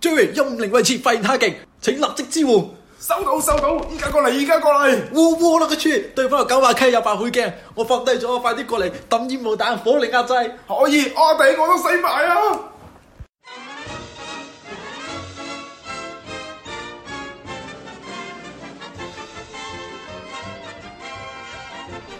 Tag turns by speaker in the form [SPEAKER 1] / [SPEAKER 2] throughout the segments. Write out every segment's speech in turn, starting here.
[SPEAKER 1] Fury 陰靈位置費太極，請立即支援。
[SPEAKER 2] 收到收到，依家過嚟，依家過嚟。
[SPEAKER 1] 呼呼啦個柱，對方有九百 K 有白血鏡，我放低咗，快啲過嚟抌煙霧彈、火力壓制。
[SPEAKER 2] 可以，我頂我都死埋啊！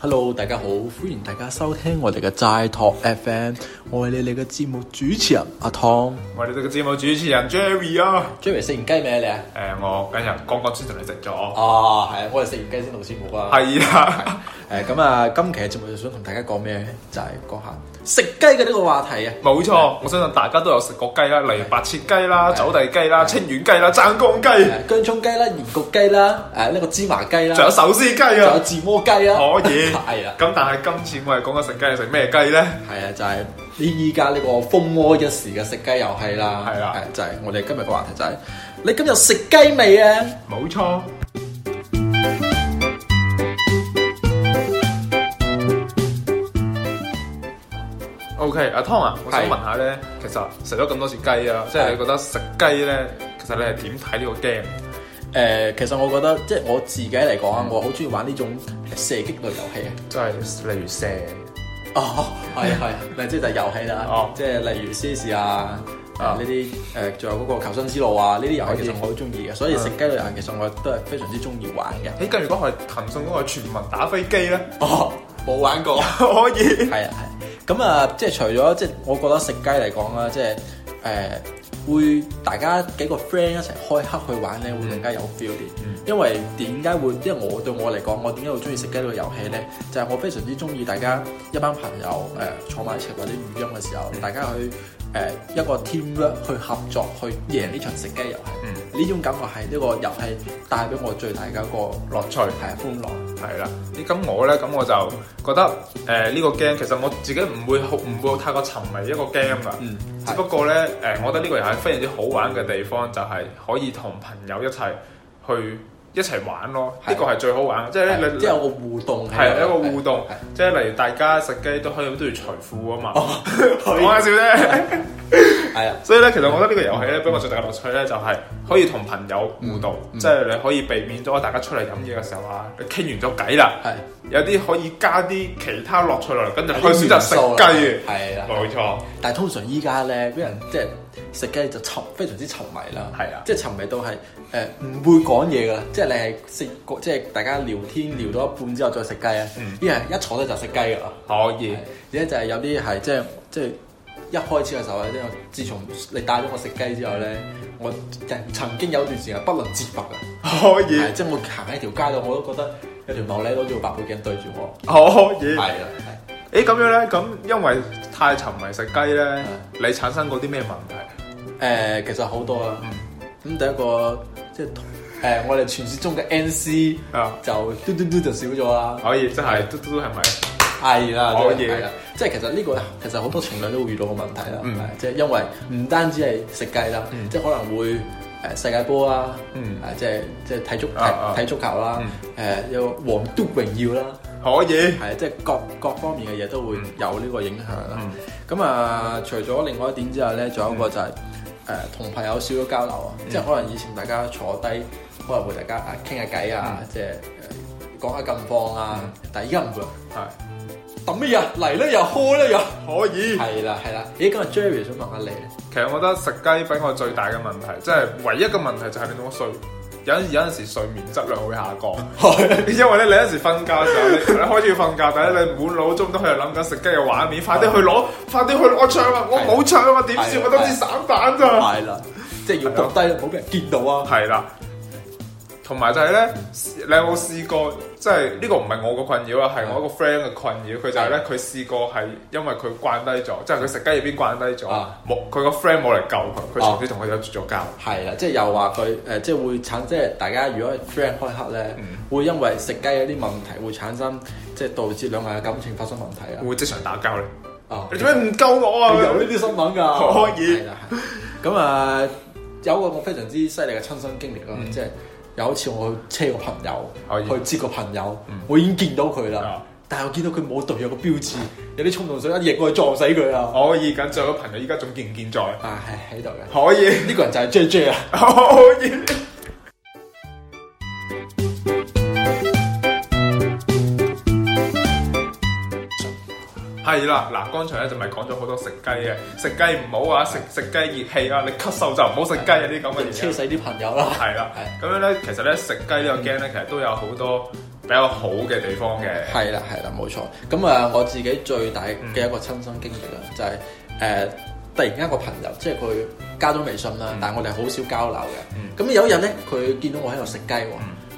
[SPEAKER 1] Hello，大家好，歡迎大家收聽我哋嘅齋托 FM，我係你哋嘅節目主持人阿湯。
[SPEAKER 2] 我哋呢個節目主持人 Jerry 啊。
[SPEAKER 1] Jerry 食完雞未啊你啊？
[SPEAKER 2] 誒、我今日剛剛先同你食咗。
[SPEAKER 1] 啊，係，我哋食完雞先錄節目啊。
[SPEAKER 2] 係啊，
[SPEAKER 1] 誒咁啊，今期嘅節目就想同大家講咩咧？就係講下食雞嘅呢個話題啊。
[SPEAKER 2] 冇錯，我相信大家都有食過雞啦，例如白切雞啦、
[SPEAKER 1] 係
[SPEAKER 2] 走地雞啦、清遠雞啦、湛江雞，
[SPEAKER 1] 誒姜葱雞啦、鹽焗雞啦、誒呢個芝麻雞啦，
[SPEAKER 2] 仲有手撕雞
[SPEAKER 1] 仲有
[SPEAKER 2] 啊。
[SPEAKER 1] 自摸雞啊。
[SPEAKER 2] 可以。
[SPEAKER 1] 係啊
[SPEAKER 2] 咁但 係今次我哋講緊食雞，係食咩雞咧？
[SPEAKER 1] 係啊，就係呢依家呢個風靡一時嘅食雞遊戲啦。
[SPEAKER 2] 係啦
[SPEAKER 1] 係就係我哋今日嘅話題就係你今日食雞未啊？
[SPEAKER 2] 冇錯。O.K. 阿湯啊，我想
[SPEAKER 1] 係
[SPEAKER 2] 問下咧，其實食咗咁多次雞啊，即係你覺得食雞咧，其實你係點睇呢個 game？
[SPEAKER 1] 誒、其實我覺得即係我自己嚟講
[SPEAKER 2] 嗯
[SPEAKER 1] 啊，我好中意玩呢種射擊類遊戲啊。
[SPEAKER 2] 即係例如射，
[SPEAKER 1] 哦，係 啊係啊，嗱即係就係遊戲啦，
[SPEAKER 2] 哦
[SPEAKER 1] 即係例如 CS 啊。
[SPEAKER 2] 啊
[SPEAKER 1] 啊！呢啲誒，仲有嗰個求生之路啊，呢啲遊戲其實
[SPEAKER 2] 可以
[SPEAKER 1] 我好中意嘅，所以
[SPEAKER 2] 嗯
[SPEAKER 1] 食雞類遊戲其實我都係非常之中意玩嘅。
[SPEAKER 2] 誒，咁如果係騰訊嗰個全民打飛機咧，
[SPEAKER 1] 哦，冇玩過。
[SPEAKER 2] 可以
[SPEAKER 1] 係啊，係。咁啊，即係除咗即係，我覺得食雞嚟講啦，即係誒、呃、會大家幾個 friend 一齊開黑去玩咧，會更加有 feel 啲。
[SPEAKER 2] 嗯
[SPEAKER 1] 因為點解會？因為我對我嚟講，我點解會中意食雞類遊戲咧？就係、我非常之中意大家一班朋友誒、呃坐埋一齊或者語音嘅時
[SPEAKER 2] 嗯
[SPEAKER 1] 候，大家去誒、呃一個 teamwork 去合作去贏呢場食雞遊戲。
[SPEAKER 2] 嗯
[SPEAKER 1] 呢、種感覺係呢個遊戲帶俾我最大嘅一個
[SPEAKER 2] 樂趣
[SPEAKER 1] 係歡樂。
[SPEAKER 2] 係啦。咦咁我咧，咁我就覺得誒呃呢、個 game 其實我自己唔會好唔會太過沉迷一個 game 噶。
[SPEAKER 1] 嗯，
[SPEAKER 2] 只不過咧，誒、我覺得呢個遊戲非常之好玩嘅地方就係可以同朋友一齊去一齊玩咯，
[SPEAKER 1] 係
[SPEAKER 2] 呢個係最好玩嘅，即係咧
[SPEAKER 1] 係
[SPEAKER 2] 你
[SPEAKER 1] 即係有個互動
[SPEAKER 2] 係
[SPEAKER 1] 度
[SPEAKER 2] 有一個互動
[SPEAKER 1] 係係，
[SPEAKER 2] 即係例如大家食雞都可以都要除褲啊嘛，
[SPEAKER 1] 哦，
[SPEAKER 2] 講下笑 啫。
[SPEAKER 1] 係啊，
[SPEAKER 2] 所以咧，其實我覺得呢個遊戲咧，俾我最大嘅樂趣咧，就係可以同朋友互動，
[SPEAKER 1] 嗯嗯
[SPEAKER 2] 即係你可以避免咗大家出嚟飲嘢嘅時候啊，你傾完咗偈啦，
[SPEAKER 1] 係
[SPEAKER 2] 有啲可以加啲其他樂趣落嚟，跟住可以選擇食雞啊嘅，
[SPEAKER 1] 係啦。
[SPEAKER 2] 冇錯，
[SPEAKER 1] 但係通常依家咧，俾人即係食雞就沉非常之沉迷啦，
[SPEAKER 2] 係啊
[SPEAKER 1] 即係沉迷到係誒唔會講嘢噶啦，即係你係食即係大家聊天聊到一半之後再食雞啊
[SPEAKER 2] 嗯，
[SPEAKER 1] 啲人一坐低就食雞噶啦。
[SPEAKER 2] 可以
[SPEAKER 1] 係。而家就係有啲係即係即係一開始嘅時候咧，即係我自從你帶咗我食雞之後咧，我人曾經有段時間不能自拔啊，
[SPEAKER 2] 可以，
[SPEAKER 1] 係即係我行喺條街度我都覺得有條茂利攞住個白背鏡對住我，
[SPEAKER 2] 可以。
[SPEAKER 1] 係啦，啊係。
[SPEAKER 2] 誒咁樣咧，咁因為太沉迷食雞咧，你產生過啲咩問題？
[SPEAKER 1] 誒、其實好多啊啦。咁、
[SPEAKER 2] 嗯
[SPEAKER 1] 第一個即係誒、我哋傳説中嘅 NC
[SPEAKER 2] 啊，
[SPEAKER 1] 就嘟嘟嘟就少咗啦。
[SPEAKER 2] 可以，即係嘟嘟嘟係咪？
[SPEAKER 1] 係啦，
[SPEAKER 2] 可以
[SPEAKER 1] 係啦。即係其實呢個其實好多情侶都會遇到嘅問題啦。
[SPEAKER 2] 嗯
[SPEAKER 1] 係即係因為唔單止係食雞啦，
[SPEAKER 2] 嗯
[SPEAKER 1] 即係可能會誒、世界波啦，
[SPEAKER 2] 嗯
[SPEAKER 1] 誒即係即係睇足
[SPEAKER 2] 啊啊嗯
[SPEAKER 1] 睇睇足球啦，誒、有皇都榮耀啦，
[SPEAKER 2] 可以，
[SPEAKER 1] 係即係各各方面嘅嘢都會有呢個影響啦。
[SPEAKER 2] 嗯，
[SPEAKER 1] 咁啊，除咗另外一點之外咧，仲有一個就係誒同朋友少咗交流啊，即係可能以前大家坐低，可能會大家啊傾下偈啊，即係誒講下近況啊，但係而家唔會啦，
[SPEAKER 2] 係
[SPEAKER 1] 抌乜嘢嚟咧又開咧又，
[SPEAKER 2] 可以。
[SPEAKER 1] 係啦係啦，咦今日 Jerry 想問下你咧，
[SPEAKER 2] 其實我覺得食雞俾我最大嘅問題，即係唯一嘅問題就係令到我睡有陣有陣時睡眠質量會下 降。因為咧，你有陣時瞓覺嘅時候，你你開始要瞓覺，但係咧你滿腦中都係諗緊食雞嘅畫面，快啲去攞，快啲去攞槍啊！我冇槍啊，點算？我得支散彈咋？
[SPEAKER 1] 係啦，即係要伏低，唔好俾人見到啊，
[SPEAKER 2] 係啦，同埋就係咧，你有冇試過？即係呢個唔係我個困擾啦，啊係我一個 friend 嘅困擾。佢就係咧，佢試過係因為佢慣低咗，即係佢食雞翼邊慣低咗
[SPEAKER 1] 啊，
[SPEAKER 2] 冇佢個 friend 冇嚟救
[SPEAKER 1] 啊
[SPEAKER 2] 佢，佢從此同佢有絕咗交。
[SPEAKER 1] 係啦，即係又話佢誒，即係會產，即係大家如果 friend 開黑咧，
[SPEAKER 2] 嗯
[SPEAKER 1] 會因為食雞嗰啲問題會產生，即係導致兩個人嘅感情發生問題啊
[SPEAKER 2] 會。唔會即場打交咧？
[SPEAKER 1] 啊，
[SPEAKER 2] 嗯你做咩唔救我啊？
[SPEAKER 1] 有呢啲新聞㗎，
[SPEAKER 2] 可以
[SPEAKER 1] 係啦。係咁啊，有一個我非常之犀利嘅親身經歷啦，
[SPEAKER 2] 嗯
[SPEAKER 1] 即係有一次我去車個朋
[SPEAKER 2] 可以
[SPEAKER 1] 友，去接個朋友，
[SPEAKER 2] 嗯
[SPEAKER 1] 我已經見到佢啦
[SPEAKER 2] 啊，
[SPEAKER 1] 但係我見到佢冇隊友嘅標誌，有啲衝動想一嘢過去撞死佢啊！
[SPEAKER 2] 可以緊張嘅朋友，依家仲健唔健在？
[SPEAKER 1] 啊，係喺度嘅，
[SPEAKER 2] 可以，
[SPEAKER 1] 呢個人就係 J J 啊。
[SPEAKER 2] 可以。係啦，嗱，剛才咧就咪講咗好多食雞嘅，食雞唔好啊，食食雞熱氣啊，你咳嗽就唔好食雞啊，呢啲咁嘅
[SPEAKER 1] 車
[SPEAKER 2] 嘢。
[SPEAKER 1] 死啲朋友啦，
[SPEAKER 2] 係啦，
[SPEAKER 1] 係
[SPEAKER 2] 咁樣咧，其實咧食雞呢個 game 咧，其實都有好多比較好嘅地方嘅。
[SPEAKER 1] 係啦係啦，冇錯。咁啊，我自己最大嘅一個親身經歷啊，就係、誒、突然間一個朋友，即係佢加咗微信啦，但係我哋好少交流
[SPEAKER 2] 嗯
[SPEAKER 1] 嘅。咁、有一日咧，佢見到我喺度食雞喎，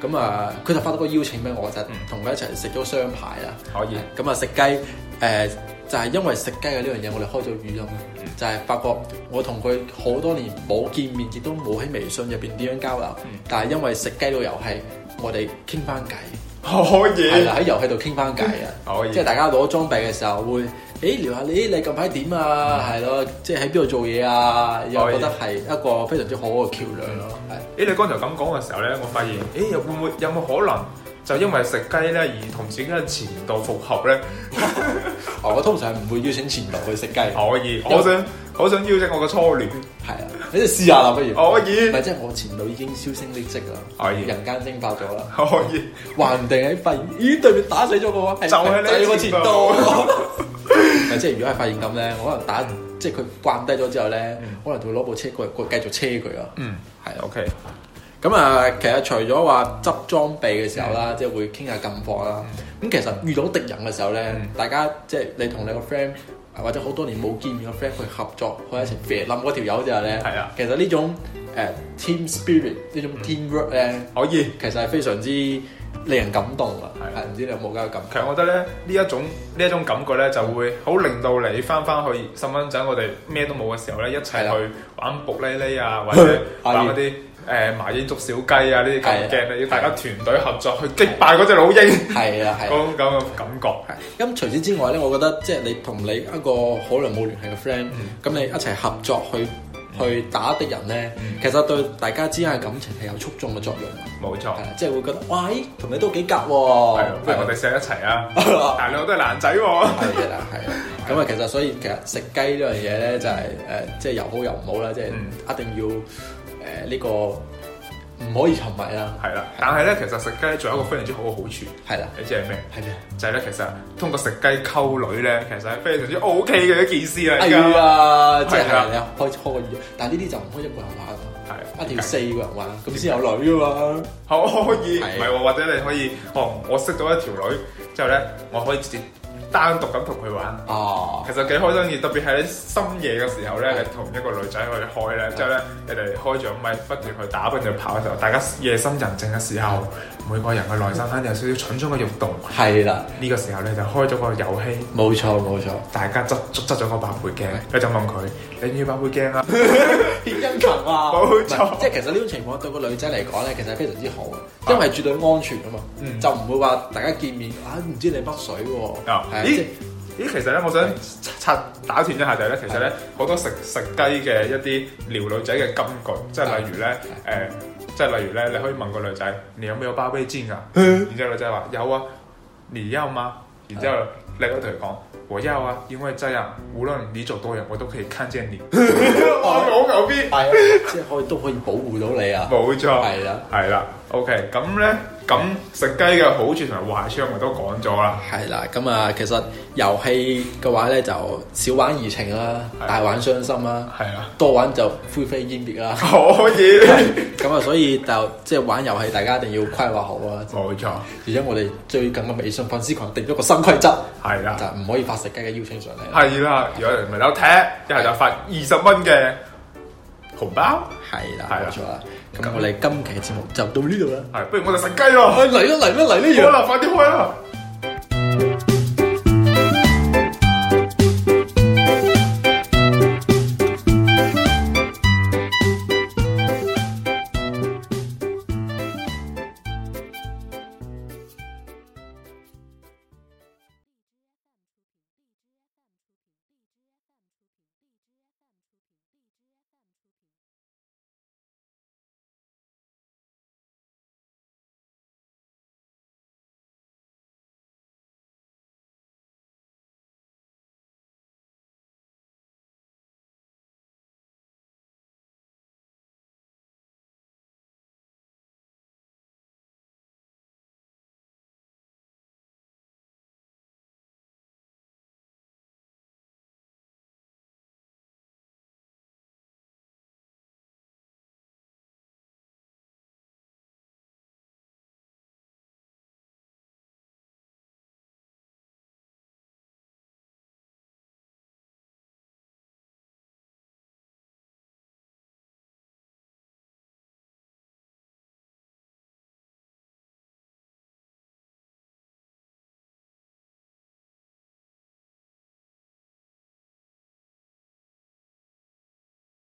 [SPEAKER 1] 咁啊、佢就發咗個邀請俾我，就同佢一齊食咗雙排啦。
[SPEAKER 2] 可以，
[SPEAKER 1] 咁啊食雞誒、就係、因為食雞嘅呢樣嘢，我哋開咗語音啦，就係發覺我同佢好多年冇見面，亦都冇喺微信入邊點樣交流，但係因為食雞呢個遊戲，我哋傾翻偈。
[SPEAKER 2] 可
[SPEAKER 1] 係
[SPEAKER 2] 以
[SPEAKER 1] 啦，，喺遊戲度傾翻偈啊
[SPEAKER 2] 嗯可，以
[SPEAKER 1] 即係大家攞裝備嘅時候會，誒聊下你，咦你近排點啊？係咯，即係喺邊度做嘢啊？又
[SPEAKER 2] 嗯可以
[SPEAKER 1] 覺得係一個非常之好嘅橋梁咯，係
[SPEAKER 2] 咦，你剛才咁講嘅時候咧，我發現，咦，有會唔會有冇可能就因為食雞咧而同自己嘅前度復合咧？
[SPEAKER 1] 哦我通常唔會邀請前度去食雞，係
[SPEAKER 2] 可以，我想我想邀請我嘅初戀，
[SPEAKER 1] 啊，你哋試下啦，不如。
[SPEAKER 2] 可
[SPEAKER 1] 唔
[SPEAKER 2] 以，
[SPEAKER 1] 係，即係我前度已經銷聲匿跡啦，
[SPEAKER 2] 可以
[SPEAKER 1] 人間蒸發咗啦，
[SPEAKER 2] 可以，
[SPEAKER 1] 話唔定喺發現，咦對面打死咗個，係
[SPEAKER 2] 就係你
[SPEAKER 1] 就係我
[SPEAKER 2] 前
[SPEAKER 1] 前
[SPEAKER 2] 度
[SPEAKER 1] 度。 唔係，即係如果係發現咁咧，我可能打，即係佢慣低咗之後咧，可能就會攞部車過嚟過繼續車佢啊。
[SPEAKER 2] 嗯，
[SPEAKER 1] 係啊。
[SPEAKER 2] OK，
[SPEAKER 1] 咁啊，其實除咗話執裝備嘅時候啦，
[SPEAKER 2] 嗯
[SPEAKER 1] 即係會傾下近況啦。咁其實遇到敵人嘅時候咧，
[SPEAKER 2] 嗯
[SPEAKER 1] 大家即係你同你個 friend 啊或者好多年冇見面嘅 friend 去合作，去一齊肥冧嗰條友之後咧，
[SPEAKER 2] 嗯係啊嗯
[SPEAKER 1] 其實呢種誒 team spirit 呢種 teamwork 咧，
[SPEAKER 2] 可以。
[SPEAKER 1] 其實係非常之令人感動啊！
[SPEAKER 2] 係
[SPEAKER 1] 係唔知你有冇咁嘅感
[SPEAKER 2] 其實我覺得咧，呢一種呢一種感覺咧，就會好令到你翻翻去細蚊仔，我哋咩都冇嘅時候咧，一齊
[SPEAKER 1] 係啦
[SPEAKER 2] 去玩卜哩哩 啊，或者
[SPEAKER 1] 係
[SPEAKER 2] 玩嗰啲誒麻鷹捉小雞啊呢啲咁
[SPEAKER 1] 係
[SPEAKER 2] 嘅，你要大家團隊合作去擊敗嗰只老鷹，
[SPEAKER 1] 覺？係啊，係啊。
[SPEAKER 2] 嗰種咁嘅感覺。
[SPEAKER 1] 咁除此之外咧，我覺得即係你同你一個好耐冇聯繫嘅 friend，咁
[SPEAKER 2] 嗯
[SPEAKER 1] 你一齊合作去去打敵人咧，
[SPEAKER 2] 嗯
[SPEAKER 1] 其實對大家之間嘅感情係有促進嘅作用啊，
[SPEAKER 2] 冇錯，
[SPEAKER 1] 係啊即係會覺得哇，咦同你都幾夾喎，
[SPEAKER 2] 哦係啊不如我哋試下一 齊啊！但係兩個都係男仔
[SPEAKER 1] 係
[SPEAKER 2] 喎。
[SPEAKER 1] 嘅啦，係啦。咁啊，其實所以其實食雞呢樣嘢咧，就係誒，即係又好又唔好啦，即係
[SPEAKER 2] 嗯
[SPEAKER 1] 一定要呃誒呢個唔可以沉迷啦，
[SPEAKER 2] 係啦，但係咧，其實食雞仲有一個非常之好嘅好處，
[SPEAKER 1] 係啦，
[SPEAKER 2] 你知係咩？
[SPEAKER 1] 係咩？
[SPEAKER 2] 就係咧，其實通過食雞溝女咧，其實係非常之 O K 嘅一件事啊嚟
[SPEAKER 1] 哎
[SPEAKER 2] 㗎。
[SPEAKER 1] 呀，即係
[SPEAKER 2] 係啦
[SPEAKER 1] 係啊，開開個語，但係呢啲就唔可以一個人玩啊。
[SPEAKER 2] 係
[SPEAKER 1] 一定要四個人玩，咁先有女噶嘛。
[SPEAKER 2] 好可以，
[SPEAKER 1] 係啊
[SPEAKER 2] 唔係喎，或者你可以，哦，我識到一條女之後咧，我可以直接單獨咁同佢玩，
[SPEAKER 1] 哦，
[SPEAKER 2] 其實幾開心嘅，特別係你深夜嘅時候咧，你同一個女仔去開咧，之後咧，你哋開咗咪不斷去打，不斷去跑嘅時候，大家夜深人靜嘅時候，每個人嘅內心肯定有少少蠢蠢嘅欲動，
[SPEAKER 1] 係啦，
[SPEAKER 2] 呢個時候咧就開咗個遊戲。
[SPEAKER 1] 冇錯冇錯。
[SPEAKER 2] 大家執執執咗個百倍鏡，你就問佢：你要百倍鏡啊？
[SPEAKER 1] 獻殷勤啊，
[SPEAKER 2] 冇錯啊
[SPEAKER 1] 唔係即係其實呢種情況對個女仔嚟講咧，其實係非常之好嘅，因為絕對安全啊嘛，
[SPEAKER 2] 嗯
[SPEAKER 1] 就唔會話大家見面啊唔知你乜水喎，
[SPEAKER 2] 啊
[SPEAKER 1] 係啊
[SPEAKER 2] 咦
[SPEAKER 1] 即係
[SPEAKER 2] 咦，其實咧，我想插打斷一下就係咧，其實咧好多食食雞嘅一啲撩女仔嘅金句，即係例如咧誒，即係例如咧，你可以問個女仔：你有冇有包杯 煎啊？
[SPEAKER 1] 嗯
[SPEAKER 2] 然之後女仔話有啊，你要嗎？然之後你嗰同佢講。我要啊，因為這樣，無論你走多遠，我都可以看 見你。 我好牛逼，
[SPEAKER 1] 係啊，即係可以都可以保護到你啊，
[SPEAKER 2] 冇錯，
[SPEAKER 1] 係啦，
[SPEAKER 2] 係啦。OK，咁咧，咁食雞嘅好處同埋壞處我都講咗啦。
[SPEAKER 1] 係啦，咁啊，其實遊戲嘅話咧就少玩怡情啦，
[SPEAKER 2] 係
[SPEAKER 1] 大玩傷心啦，
[SPEAKER 2] 係啊，
[SPEAKER 1] 多玩就灰飛煙滅啦。
[SPEAKER 2] 可以，
[SPEAKER 1] 咁啊，所以就即係玩遊戲，大家一定要規劃好啊！
[SPEAKER 2] 冇錯，
[SPEAKER 1] 而且我哋最近嘅微信粉絲群定咗個新規則，
[SPEAKER 2] 係啦
[SPEAKER 1] 就，係唔可以發食雞嘅邀請上嚟啦。
[SPEAKER 2] 係啦，有人咪有踢，一係就發二十蚊嘅紅包，
[SPEAKER 1] 係啦，
[SPEAKER 2] 係啦啊
[SPEAKER 1] 冇錯啦。啊
[SPEAKER 2] 咁我哋今期節目就到呢度啦。
[SPEAKER 1] 係，不如我哋食雞咯，
[SPEAKER 2] 嚟啦嚟啦嚟呢樣
[SPEAKER 1] 好！啦，快啲開啦！